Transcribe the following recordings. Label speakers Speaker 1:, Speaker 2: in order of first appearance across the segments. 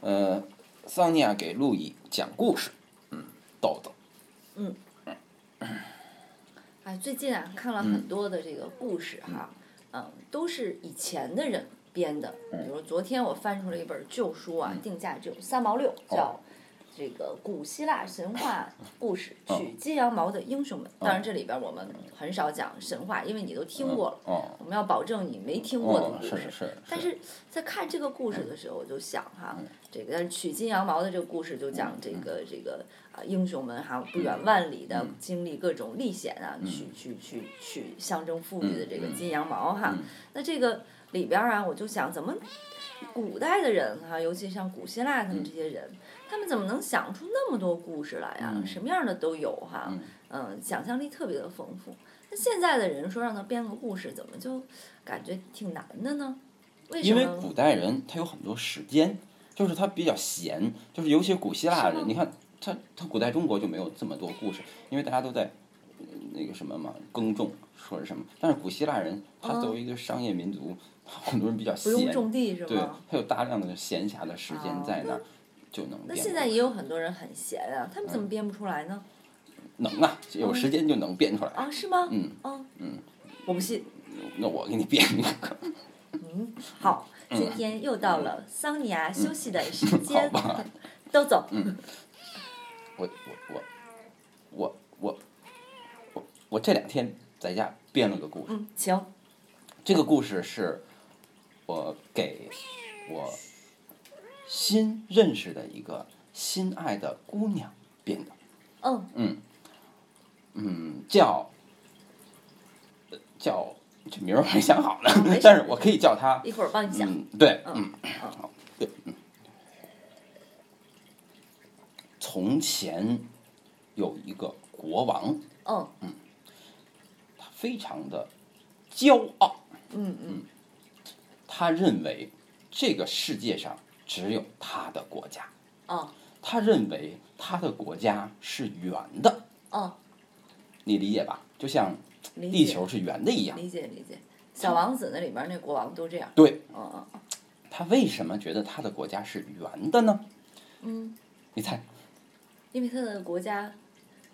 Speaker 1: 呃，桑尼亚给路易讲故事，嗯，豆豆，
Speaker 2: 哎，最近
Speaker 1: 嗯
Speaker 2: 啊看了很多的这个故事哈，嗯，都是以前的人编的。
Speaker 1: 嗯
Speaker 2: 比如昨天我翻出了一本旧书啊，定价只有三毛六，
Speaker 1: 哦
Speaker 2: 叫这个《古希腊神 话故事：
Speaker 1: 嗯
Speaker 2: 取激羊毛的英雄们》。当然，这里边我们很少讲神话，因为你都听过了。
Speaker 1: 哦，
Speaker 2: 我们要保证你没听过的
Speaker 1: 哦，
Speaker 2: 故
Speaker 1: 是
Speaker 2: 事
Speaker 1: 是。是，
Speaker 2: 但是在看这个故事的时候，我就想哈，这个但是取金羊毛的这个故事就讲这个这个啊英雄们哈不远万里的经历各种历险啊，去去去去象征富裕的这个金羊毛哈。那这个里边儿啊，我就想怎么古代的人哈，尤其像古希腊他们这些人，他们怎么能想出那么多故事来啊？什么样的都有哈，嗯，想象力特别的丰富。那现在的人说让他编个故事，怎么就感觉挺难的呢？为什
Speaker 1: 因为
Speaker 2: 么？
Speaker 1: 古代人他有很多时间，就是他比较闲，就是尤其古希腊
Speaker 2: 是吗
Speaker 1: 人，你看他他古代中国就没有这么多故事，因为大家都在呃那个什么嘛耕种或者什么，但是古希腊人他作为一个商业民族，他很多人比较
Speaker 2: 啊不用
Speaker 1: 闲，
Speaker 2: 种地是
Speaker 1: 对
Speaker 2: 吗？，
Speaker 1: 他有大量的闲暇的时间在那儿，就能
Speaker 2: 那
Speaker 1: 变
Speaker 2: 现在
Speaker 1: 故嗯
Speaker 2: 也有很多人很闲啊，他们怎么编不出来呢？
Speaker 1: 能啊，有时间就能变出来。
Speaker 2: 啊，是吗？
Speaker 1: 嗯
Speaker 2: 嗯我 不信。
Speaker 1: 那我给你变一 个，
Speaker 2: 嗯，好，今天又到了桑尼亚休息的时
Speaker 1: 嗯好
Speaker 2: 间，
Speaker 1: 吧？嗯
Speaker 2: 豆总，
Speaker 1: 我我我我我我我这两天在家编了个故事，
Speaker 2: 嗯，请。
Speaker 1: 这个故事是我给我新认识的一个心爱的姑娘编的，
Speaker 2: 嗯，
Speaker 1: 嗯，叫呃叫这名儿我没想好呢，
Speaker 2: 啊没事
Speaker 1: 但是我可以叫她
Speaker 2: 一会儿帮你讲。
Speaker 1: 嗯，对，
Speaker 2: 嗯
Speaker 1: 嗯，好，对，嗯。从前有一个国王，
Speaker 2: 嗯
Speaker 1: 他非常的骄傲，
Speaker 2: 嗯嗯，
Speaker 1: 他认为这个世界上只有他的国家，
Speaker 2: 哦
Speaker 1: 他认为他的国家是圆的，
Speaker 2: 哦，
Speaker 1: 你理解吧？就像
Speaker 2: 理解
Speaker 1: 地球是圆的一样。
Speaker 2: 理解理解，《小王子》那里边那国王都这样。
Speaker 1: 对，
Speaker 2: 嗯嗯嗯，
Speaker 1: 他为什么觉得他的国家是圆的呢？
Speaker 2: 嗯，
Speaker 1: 你猜，
Speaker 2: 因为他的国家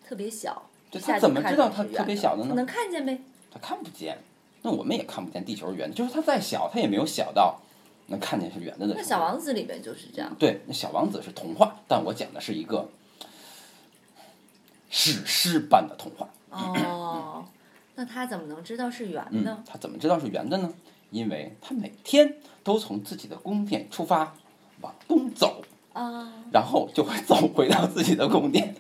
Speaker 2: 特别小，
Speaker 1: 这
Speaker 2: 一下
Speaker 1: 他
Speaker 2: 就
Speaker 1: 怎么
Speaker 2: 看
Speaker 1: 知道
Speaker 2: 出
Speaker 1: 他
Speaker 2: 是
Speaker 1: 特别
Speaker 2: 圆
Speaker 1: 小的呢
Speaker 2: 能？看见呗。
Speaker 1: 他看不见，那我们也看不见地球是圆的，就是它再小，它也没有小到能看见是圆的的
Speaker 2: 那《
Speaker 1: 程
Speaker 2: 小
Speaker 1: 度。
Speaker 2: 王子》里边就是这样。
Speaker 1: 对，那小王子是童话，但我讲的是一个史诗般的童话。
Speaker 2: 哦， 那他怎么能知道是圆的？
Speaker 1: 嗯他怎么知道是圆的呢？因为他每天都从自己的宫殿出发，往东走，
Speaker 2: 啊，
Speaker 1: 然后就会走回到自己的宫殿，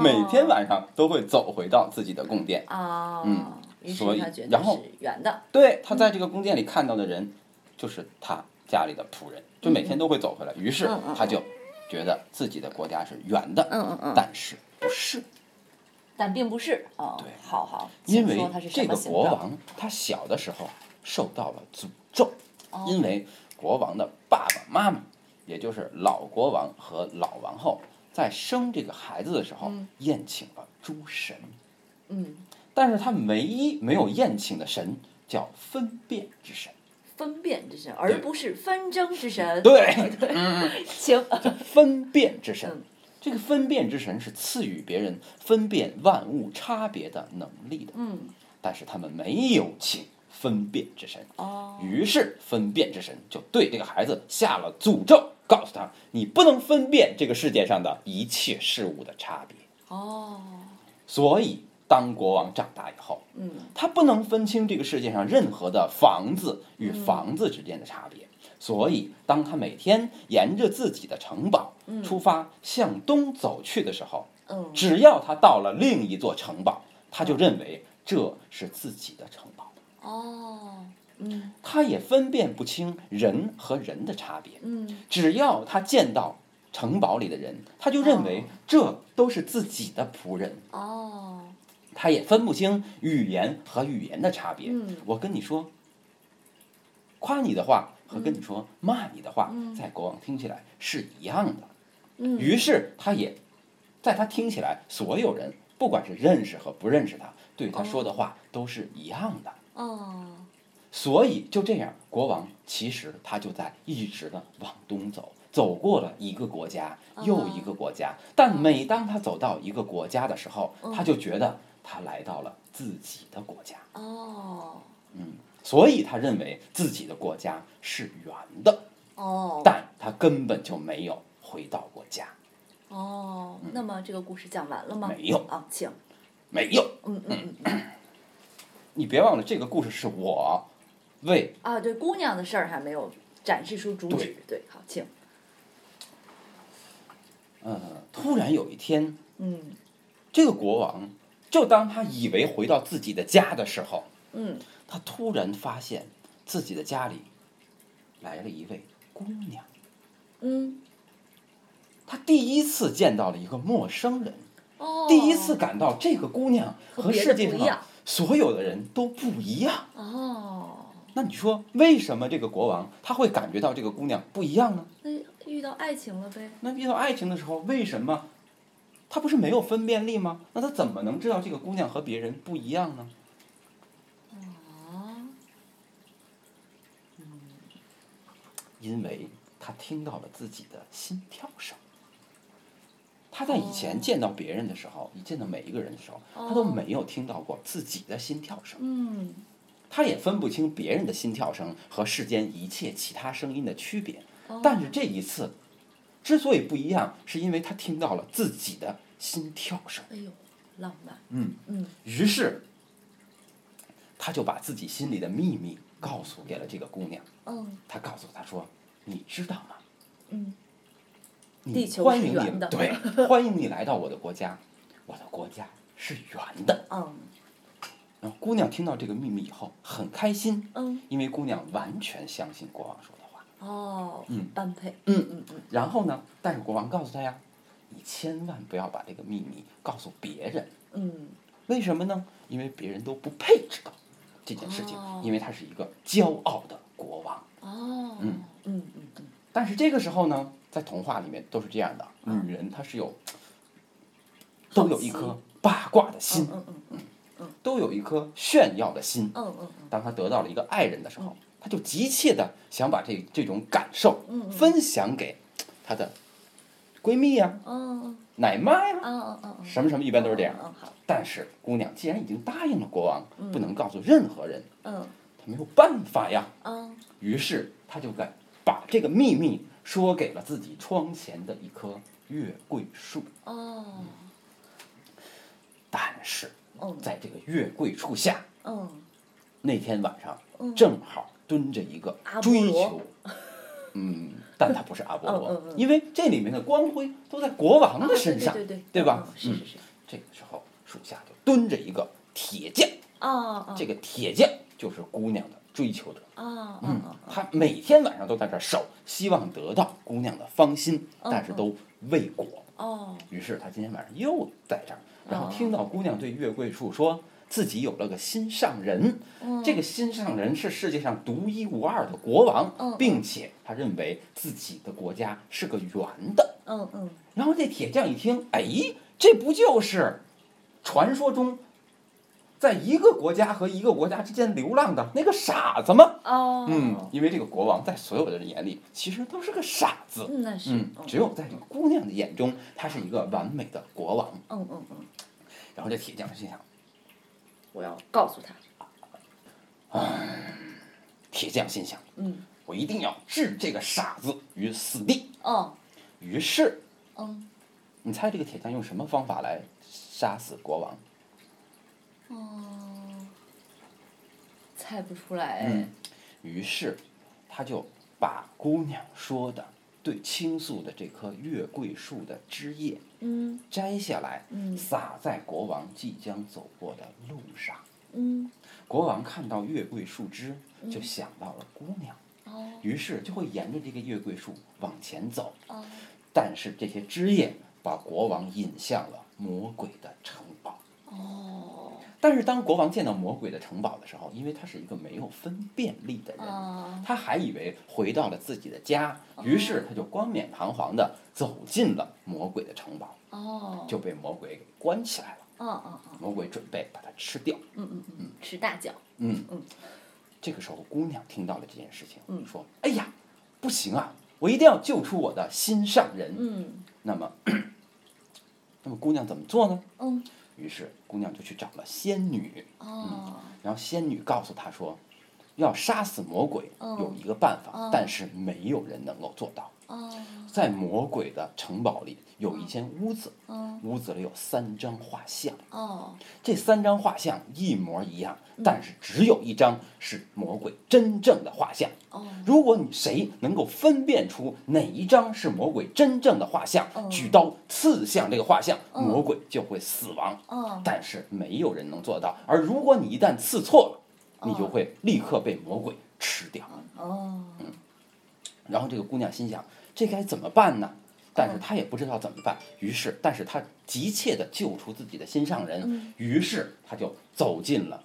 Speaker 1: 每天晚上都会走回到自己的宫殿。
Speaker 2: 啊，
Speaker 1: 嗯
Speaker 2: 于
Speaker 1: 所
Speaker 2: 是
Speaker 1: 以
Speaker 2: 他觉得
Speaker 1: 然后
Speaker 2: 是圆的。
Speaker 1: 对他在这个宫殿里看到的人，就是他家里的仆人，就每天都会走回来。于是
Speaker 2: 嗯嗯
Speaker 1: 他就觉得自己的国家是圆的，
Speaker 2: 嗯嗯嗯，
Speaker 1: 但是不是？
Speaker 2: 但并不是。哦，
Speaker 1: 对
Speaker 2: 好好，
Speaker 1: 因
Speaker 2: 请
Speaker 1: 为
Speaker 2: 说他是什
Speaker 1: 这
Speaker 2: 么
Speaker 1: 个
Speaker 2: 形
Speaker 1: 国
Speaker 2: 状？
Speaker 1: 王他小的时候受到了诅咒，
Speaker 2: 哦
Speaker 1: 因为国王的爸爸妈妈，也就是老国王和老王后，在生这个孩子的时候宴请了诸神，
Speaker 2: 嗯，
Speaker 1: 但是他唯一没有宴请的神叫分辨之神。
Speaker 2: 分辨之神，而
Speaker 1: 对
Speaker 2: 不是纷争之神。
Speaker 1: 对。
Speaker 2: 行，
Speaker 1: 分辨之神。
Speaker 2: 嗯
Speaker 1: 这个分辨之神是赐予别人分辨万物差别的能力的，
Speaker 2: 嗯，
Speaker 1: 但是他们没有请分辨之神，
Speaker 2: 哦，
Speaker 1: 于是分辨之神就对这个孩子下了诅咒，告诉他你不能分辨这个世界上的一切事物的差别。
Speaker 2: 哦，
Speaker 1: 所以，当国王长大以后，
Speaker 2: 嗯，
Speaker 1: 他不能分清这个世界上任何的房子与房子之间的差别。所以，当他每天沿着自己的城堡出发向东走去的时候，
Speaker 2: 嗯，
Speaker 1: 只要他到了另一座城堡，他就认为这是自己的城堡。
Speaker 2: 哦，嗯
Speaker 1: 他也分辨不清人和人的差别。
Speaker 2: 嗯，
Speaker 1: 只要他见到城堡里的人，他就认为这都是自己的仆人。
Speaker 2: 哦，
Speaker 1: 他也分不清语言和语言的差别。
Speaker 2: 嗯
Speaker 1: 我跟你说，夸你的话和跟你说骂你的话，在国王听起来是一样的。
Speaker 2: 嗯
Speaker 1: 于是他也，在他听起来，所有人不管是认识和不认识他，对他说的话都是一样的。
Speaker 2: 哦，
Speaker 1: 所以就这样，国王其实他就在一直的往东走，走过了一个国家
Speaker 2: 啊
Speaker 1: 又一个国家。但每当他走到一个国家的时候，
Speaker 2: 嗯
Speaker 1: 他就觉得他来到了自己的国家，
Speaker 2: 哦
Speaker 1: 所以他认为自己的国家是圆的，
Speaker 2: 哦
Speaker 1: 但他根本就没有回到国家，
Speaker 2: 哦，那么这个故事讲完了吗？
Speaker 1: 没有
Speaker 2: 啊，请，
Speaker 1: 没有。
Speaker 2: 嗯嗯嗯，
Speaker 1: 你别忘了，这个故事是我为
Speaker 2: 啊，对，姑娘的事儿还没有展示出主旨，对，好，请，
Speaker 1: 呃，突然有一天，
Speaker 2: 嗯
Speaker 1: 这个国王就当他以为回到自己的家的时候，
Speaker 2: 嗯，
Speaker 1: 他突然发现自己的家里来了一位姑娘，
Speaker 2: 嗯，
Speaker 1: 他第一次见到了一个陌生人，
Speaker 2: 哦，
Speaker 1: 第一次感到这个姑娘
Speaker 2: 和
Speaker 1: 和
Speaker 2: 别
Speaker 1: 世
Speaker 2: 的
Speaker 1: 界
Speaker 2: 不一
Speaker 1: 上
Speaker 2: 样
Speaker 1: 所有的人都不一样。
Speaker 2: 哦，
Speaker 1: 那你说为什么这个国王他会感觉到这个姑娘不一样呢？
Speaker 2: 那遇到爱情了呗？
Speaker 1: 那遇到爱情的时候，为什么他不是没有分辨力吗？那他怎么能知道这个姑娘和别人不一样呢？
Speaker 2: 啊，
Speaker 1: 因为他听到了自己的心跳声。他在以前见到别人的时候，你见到每一个人的时候，他都
Speaker 2: 哦
Speaker 1: 没有听到过自己的心跳声，
Speaker 2: 嗯
Speaker 1: 他也分不清别人的心跳声和世间一切其他声音的区别
Speaker 2: 哦。
Speaker 1: 但是这一次，之所以不一样，是因为他听到了自己的心跳声。
Speaker 2: 哎呦，浪漫，
Speaker 1: 嗯，
Speaker 2: 嗯
Speaker 1: 于是，他就把自己心里的秘密告诉给了这个姑娘。
Speaker 2: 嗯
Speaker 1: 他告诉她说：“你知道吗？
Speaker 2: 嗯，
Speaker 1: 你
Speaker 2: 地球
Speaker 1: 欢
Speaker 2: 是
Speaker 1: 迎
Speaker 2: 圆
Speaker 1: 你
Speaker 2: 的
Speaker 1: 对，欢迎你来到我的国家，我的国家是圆的。
Speaker 2: 嗯
Speaker 1: 然后姑娘听到这个秘密以后很开心，
Speaker 2: 嗯，
Speaker 1: 因为姑娘完全相信国王说的话。
Speaker 2: 哦，
Speaker 1: 嗯
Speaker 2: 般配，
Speaker 1: 嗯
Speaker 2: 嗯嗯，
Speaker 1: 然后呢，但是国王告诉她呀，你千万不要把这个秘密告诉别人，
Speaker 2: 嗯
Speaker 1: 为什么呢？因为别人都不配知道这件事情，
Speaker 2: 哦
Speaker 1: 因为他是一个骄傲的国王。
Speaker 2: 哦，
Speaker 1: 嗯
Speaker 2: 嗯嗯嗯，
Speaker 1: 但是这个时候呢，在童话里面都是这样的，女人她是有都有一颗八卦的心，
Speaker 2: 嗯嗯嗯
Speaker 1: 都有一颗炫耀的心。
Speaker 2: 嗯嗯嗯，
Speaker 1: 当她得到了一个爱人的时候，她就急切的想把这这种感受
Speaker 2: 嗯嗯
Speaker 1: 分享给她的闺蜜呀、
Speaker 2: 嗯
Speaker 1: 奶妈呀、
Speaker 2: 嗯嗯嗯嗯，
Speaker 1: 什么什么，一般都是这样。
Speaker 2: 嗯好，
Speaker 1: 但是姑娘既然已经答应了国王，不能告诉任何人，
Speaker 2: 嗯
Speaker 1: 她没有办法呀。
Speaker 2: 嗯
Speaker 1: 于是她就敢把这个秘密说给了自己窗前的一棵月桂树。
Speaker 2: 哦，
Speaker 1: 但是
Speaker 2: 嗯
Speaker 1: 在这个月桂树下，
Speaker 2: 嗯
Speaker 1: 那天晚上
Speaker 2: 嗯
Speaker 1: 正好蹲着一个
Speaker 2: 阿波
Speaker 1: 追
Speaker 2: 罗
Speaker 1: 求，嗯，但他不是阿波
Speaker 2: 嗯嗯
Speaker 1: 罗，
Speaker 2: 嗯
Speaker 1: 因为这里面的光辉都在国王的身上，
Speaker 2: 对对对，
Speaker 1: 吧？
Speaker 2: 嗯是
Speaker 1: 嗯
Speaker 2: 是是，
Speaker 1: 这个时候树下就蹲着一个铁匠，
Speaker 2: 哦哦，
Speaker 1: 嗯这个铁匠就是姑娘的追求者，
Speaker 2: 哦
Speaker 1: 嗯
Speaker 2: 哦哦，
Speaker 1: 他每天晚上都在这儿守，希望得到姑娘的芳心，
Speaker 2: 嗯
Speaker 1: 但是都未果。
Speaker 2: 哦
Speaker 1: 于是他今天晚上又在这儿，然后听到姑娘对月桂树说，自己有了个心上人，这个心上人是世界上独一无二的国
Speaker 2: 嗯
Speaker 1: 王，并且他认为自己的国家是个圆的。
Speaker 2: 嗯嗯，
Speaker 1: 然后这铁匠一听，哎，这不就是传说中在一个国家和一个国家之间流浪的那个傻子吗？
Speaker 2: 哦，
Speaker 1: 嗯，因为这个国王在所有的人眼里其实都是个傻子。
Speaker 2: 嗯，那是，
Speaker 1: 嗯
Speaker 2: 嗯，
Speaker 1: 只有在这个姑娘的眼中，他是一个完美的国王。
Speaker 2: 嗯嗯嗯，
Speaker 1: 然后这铁匠心想，
Speaker 2: 我要告诉他，
Speaker 1: 铁匠心想，
Speaker 2: 嗯，
Speaker 1: 我一定要置这个傻子于死地。
Speaker 2: 哦，
Speaker 1: 于是，
Speaker 2: 嗯，
Speaker 1: 你猜这个铁匠用什么方法来杀死国王？
Speaker 2: 哦，猜不出来，
Speaker 1: 嗯于是，他就把姑娘说的对倾诉的这棵月桂树的枝叶
Speaker 2: 嗯
Speaker 1: 摘下来，
Speaker 2: 嗯
Speaker 1: 撒在国王即将走过的路上。
Speaker 2: 嗯，
Speaker 1: 国王看到月桂树枝，就想到了姑娘。
Speaker 2: 哦
Speaker 1: 于是就会沿着这个月桂树往前走，
Speaker 2: 哦
Speaker 1: 但是这些枝叶把国王引向了魔鬼的城堡。
Speaker 2: 哦
Speaker 1: 但是当国王见到魔鬼的城堡的时候，因为他是一个没有分辨力的人，
Speaker 2: 啊，
Speaker 1: 他还以为回到了自己的家，于是他就冠冕堂皇地走进了魔鬼的城堡，
Speaker 2: 哦，
Speaker 1: 就被魔鬼给关起来了。
Speaker 2: 哦哦哦，
Speaker 1: 魔鬼准备把他吃掉。
Speaker 2: 嗯嗯嗯，吃大脚，
Speaker 1: 嗯
Speaker 2: 嗯，
Speaker 1: 这个时候，姑娘听到了这件事情，说：“哎呀，不行啊，我一定要救出我的心上人。”
Speaker 2: 嗯
Speaker 1: 那么， 那么姑娘怎么做呢？
Speaker 2: 嗯
Speaker 1: 于是姑娘就去找了仙女，
Speaker 2: 哦
Speaker 1: 然后仙女告诉她说，要杀死魔鬼有一个办法，但是没有人能够做到。
Speaker 2: 哦
Speaker 1: 在魔鬼的城堡里有一间屋子，
Speaker 2: 嗯
Speaker 1: 屋子里有三张画像，
Speaker 2: 哦
Speaker 1: 这三张画像一模一样，但是只有一张是魔鬼真正的画像。
Speaker 2: 哦
Speaker 1: 如果你谁能够分辨出哪一张是魔鬼真正的画像，举刀刺向这个画像，魔鬼就会死亡。
Speaker 2: 哦
Speaker 1: 但是没有人能做到，而如果你一旦刺错了，你就会立刻被魔鬼吃掉。
Speaker 2: 哦
Speaker 1: 然后这个姑娘心想，这该怎么办呢？但是她也不知道怎么办，于是，但是她急切地救出自己的心上人，于是她就走进了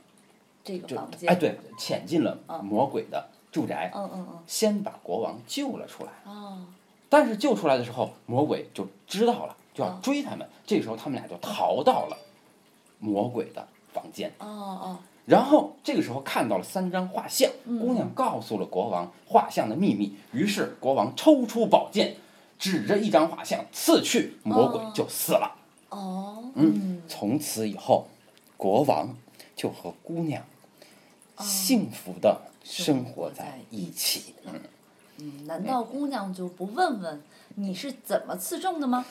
Speaker 2: 这个
Speaker 1: 这
Speaker 2: 房，间
Speaker 1: 哎，对，潜进了魔鬼的住宅，
Speaker 2: 嗯嗯
Speaker 1: 先把国王救了出来。
Speaker 2: 嗯哦
Speaker 1: 但是救出来的时候，魔鬼就知道了，就要追他们。这时候他们俩就逃到了魔鬼的房间，
Speaker 2: 哦哦
Speaker 1: 然后这个时候看到了三张画像，
Speaker 2: 嗯
Speaker 1: 姑娘告诉了国王画像的秘密，于是国王抽出宝剑，指着一张画像刺去，魔鬼就死了。
Speaker 2: 哦嗯
Speaker 1: 从此以后，国王就和姑娘幸福的生活在一起。
Speaker 2: 嗯，难道姑娘就不问问你是怎么刺中的吗？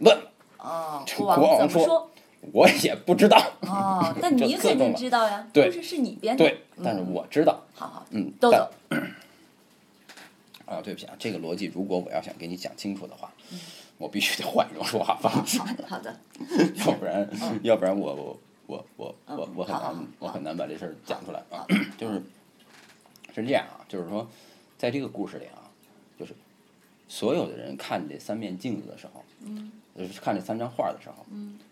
Speaker 1: 问，
Speaker 2: 哦，
Speaker 1: 这
Speaker 2: 国
Speaker 1: 国王
Speaker 2: 王怎么
Speaker 1: 说
Speaker 2: 说？
Speaker 1: 我也不知道，
Speaker 2: 哦，但
Speaker 1: 就
Speaker 2: 你
Speaker 1: 刺
Speaker 2: 肯
Speaker 1: 中
Speaker 2: 定
Speaker 1: 了
Speaker 2: 知道呀，
Speaker 1: 对
Speaker 2: 故事是你编的。
Speaker 1: 对，但是我知道。
Speaker 2: 好好，
Speaker 1: 嗯，
Speaker 2: 嗯豆
Speaker 1: 但
Speaker 2: 豆，
Speaker 1: 啊，对不起啊，这个逻辑如果我要想给你讲清楚的话，我必须得换一种说话方 式，
Speaker 2: 好好的，
Speaker 1: 要不然，要不然我我我我我我很
Speaker 2: 好好
Speaker 1: 难我很难把这事儿讲出来啊
Speaker 2: 好。
Speaker 1: 就是是这样啊，就是说，在这个故事里啊，就是所有的人看这三面镜子的时候，
Speaker 2: 嗯
Speaker 1: 就是看这三张画的时候，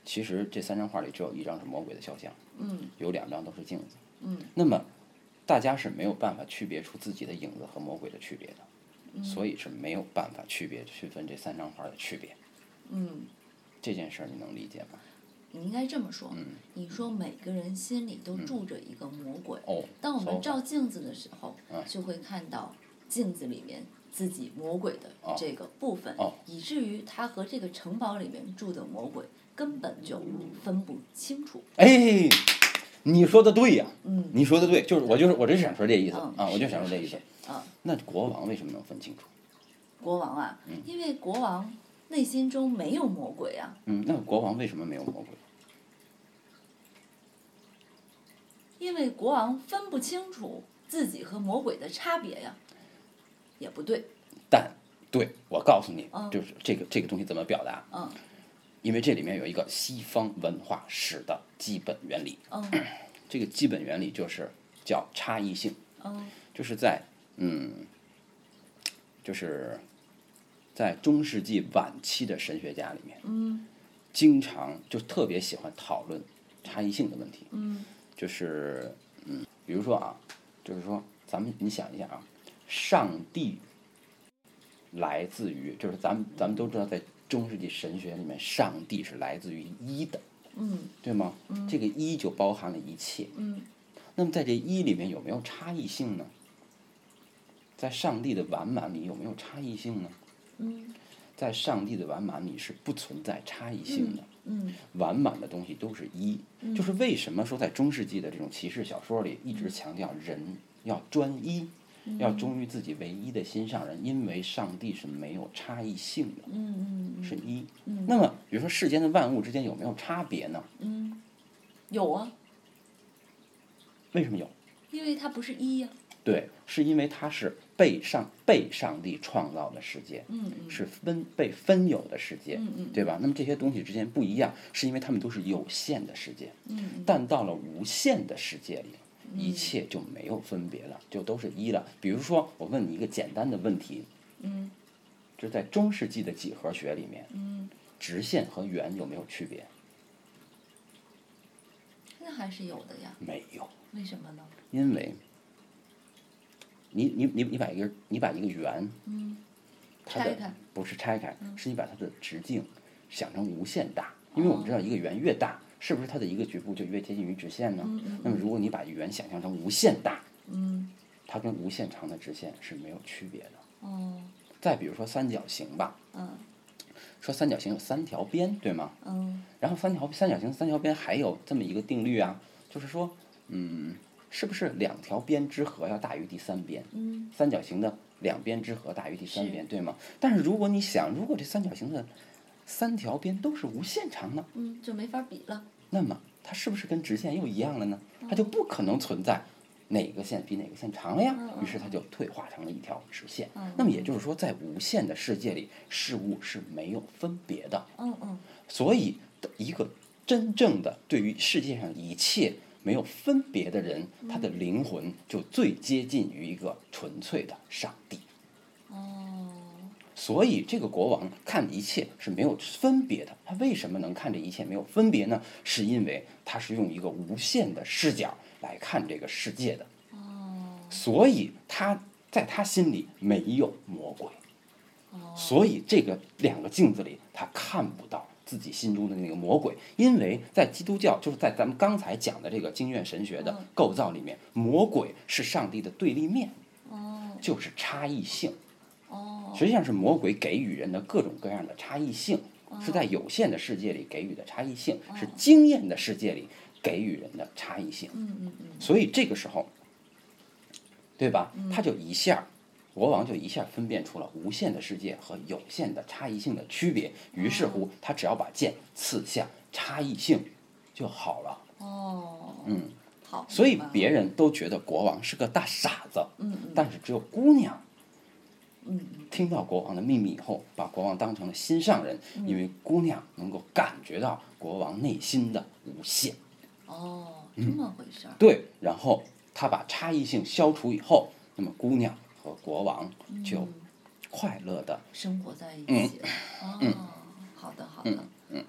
Speaker 1: 其实这三张画里只有一张是魔鬼的肖像，
Speaker 2: 嗯
Speaker 1: 有两张都是镜子，
Speaker 2: 嗯
Speaker 1: 那么大家是没有办法区别出自己的影子和魔鬼的区别的，
Speaker 2: 嗯
Speaker 1: 所以是没有办法区别区分这三张画的区别。
Speaker 2: 嗯，
Speaker 1: 这件事儿你能理解吗？
Speaker 2: 你应该这么说，
Speaker 1: 嗯
Speaker 2: 你说每个人心里都住着一个魔鬼，
Speaker 1: 哦，
Speaker 2: 当我们
Speaker 1: 好
Speaker 2: 照镜子的时候，就会看到镜子里面自己魔鬼的这个部分，
Speaker 1: 哦
Speaker 2: 以至于他和这个城堡里面住的魔鬼根本就分不清楚。
Speaker 1: 哎，你说的对呀、
Speaker 2: 嗯
Speaker 1: 你说的对，就是我就是我就是想说这意思、
Speaker 2: 嗯
Speaker 1: 啊，我就是想说这
Speaker 2: 是
Speaker 1: 意思
Speaker 2: 是。嗯，
Speaker 1: 那国王为什么能分清楚？
Speaker 2: 国王啊，因为国王内心中没有魔鬼啊，
Speaker 1: 嗯，那国王为什么没有魔鬼？
Speaker 2: 因为国王分不清楚自己和魔鬼的差别呀，也不对，
Speaker 1: 但对我告诉你，
Speaker 2: 嗯
Speaker 1: 就是这个这个东西怎么表达，
Speaker 2: 嗯
Speaker 1: 因为这里面有一个西方文化史的基本原理，
Speaker 2: 嗯
Speaker 1: 这个基本原理就是叫差异性。
Speaker 2: 嗯
Speaker 1: 就是在嗯，就是在中世纪晚期的神学家里面，
Speaker 2: 嗯
Speaker 1: 经常就特别喜欢讨论差异性的问题。
Speaker 2: 嗯
Speaker 1: 就是嗯，比如说啊，就是说咱们你想一下啊，上帝来自于就是咱们咱们都知道，在中世纪神学里面，上帝是来自于一的，
Speaker 2: 嗯
Speaker 1: 对吗？这个一就包含了一切。
Speaker 2: 嗯
Speaker 1: 那么在这一里面有没有差异性呢？在上帝的完满里有没有差异性呢？
Speaker 2: 嗯
Speaker 1: 在上帝的完满里是不存在差异性的，
Speaker 2: 嗯
Speaker 1: 完满的东西都是一。就是为什么说在中世纪的这种骑士小说里一直强调人要专一，
Speaker 2: 嗯
Speaker 1: 要忠于自己唯一的心上人，因为上帝是没有差异性的，
Speaker 2: 嗯
Speaker 1: 是一。那么比如说世间的万物之间有没有差别呢？
Speaker 2: 嗯，有啊，
Speaker 1: 为什么有？
Speaker 2: 因为它不是一呀，
Speaker 1: 对，是因为它是被上被上帝创造的世界，
Speaker 2: 嗯嗯
Speaker 1: 是分被分有的世界，
Speaker 2: 嗯嗯
Speaker 1: 对吧？那么这些东西之间不一样，是因为它们都是有限的世界，
Speaker 2: 嗯
Speaker 1: 但到了无限的世界里，一切就没有分别了，就都是一了。比如说，我问你一个简单的问题，
Speaker 2: 嗯
Speaker 1: 就是在中世纪的几何学里面，
Speaker 2: 嗯，
Speaker 1: 直线和圆有没有区别？
Speaker 2: 那还是有的呀，
Speaker 1: 没有，
Speaker 2: 为什么呢？
Speaker 1: 因为你你你你把一个你把一个圆
Speaker 2: 嗯
Speaker 1: 它的
Speaker 2: 拆嗯开
Speaker 1: 不是拆开，是你把它的直径想成无限大，因为我们
Speaker 2: 哦
Speaker 1: 知道一个圆越大，是不是它的一个局部就越接近于直线呢？那么如果你把圆想象成无限大，
Speaker 2: 嗯
Speaker 1: 它跟无限长的直线是没有区别的。
Speaker 2: 哦，
Speaker 1: 再比如说三角形吧，
Speaker 2: 嗯
Speaker 1: 说三角形有三条边，对吗？
Speaker 2: 嗯
Speaker 1: 然后三条三角形三条边还有这么一个定律啊，就是说，嗯，是不是两条边之和要大于第三边？
Speaker 2: 嗯
Speaker 1: 三角形的两边之和大于第三
Speaker 2: 是
Speaker 1: 边，对吗？但是如果你想，如果这三角形的三条边都是无限长的，
Speaker 2: 嗯，就没法比了。
Speaker 1: 那么它是不是跟直线又一样了呢？它就不可能存在哪个线比哪个线长了呀
Speaker 2: 嗯。嗯
Speaker 1: 于是它就退化成了一条直线
Speaker 2: 嗯。
Speaker 1: 那么也就是说，在无限的世界里，事物是没有分别的。
Speaker 2: 嗯嗯
Speaker 1: 所以，一个真正的对于世界上一切没有分别的人，他的灵魂就最接近于一个纯粹的上帝。
Speaker 2: 哦
Speaker 1: 所以，这个国王看一切是没有分别的。他为什么能看这一切没有分别呢？是因为他是用一个无限的视角来看这个世界的，
Speaker 2: 哦
Speaker 1: 所以他在他心里没有魔鬼。
Speaker 2: 哦
Speaker 1: 所以这个两个镜子里，他看不到自己心中的那个魔鬼，因为在基督教，就是在咱们刚才讲的这个经院神学的构造里面，魔鬼是上帝的对立面，
Speaker 2: 哦
Speaker 1: 就是差异性。
Speaker 2: 哦
Speaker 1: 实际上是魔鬼给予人的各种各样的差异性，是在有限的世界里给予的差异性，是经验的世界里给予人的差异性。
Speaker 2: 嗯嗯嗯
Speaker 1: 所以这个时候，对吧？他就一下，国王就一下分辨出了无限的世界和有限的差异性的区别。于是
Speaker 2: 哦
Speaker 1: 乎，他只要把剑刺向差异性就好了。
Speaker 2: 哦
Speaker 1: 嗯，
Speaker 2: 好。
Speaker 1: 所以
Speaker 2: 明白了
Speaker 1: 别人都觉得国王是个大傻子，
Speaker 2: 嗯嗯
Speaker 1: 但是只有姑娘
Speaker 2: 嗯嗯
Speaker 1: 听到国王的秘密以后，把国王当成了心上人，
Speaker 2: 嗯
Speaker 1: 因为姑娘能够感觉到国王内心的无限。
Speaker 2: 哦，这么回事儿。
Speaker 1: 嗯对，然后他把差异性消除以后，那么姑娘和国王就
Speaker 2: 嗯
Speaker 1: 快乐的，
Speaker 2: 生活在一
Speaker 1: 嗯
Speaker 2: 起。哦，好的好的，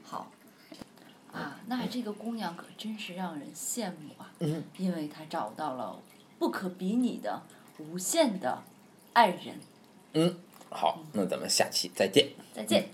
Speaker 2: 好。啊，那这个姑娘可真是让人羡慕啊！
Speaker 3: 嗯
Speaker 2: 因为她找到了不可比拟的无限的爱人。
Speaker 3: 嗯，好，那咱们下期再见。
Speaker 2: 再见。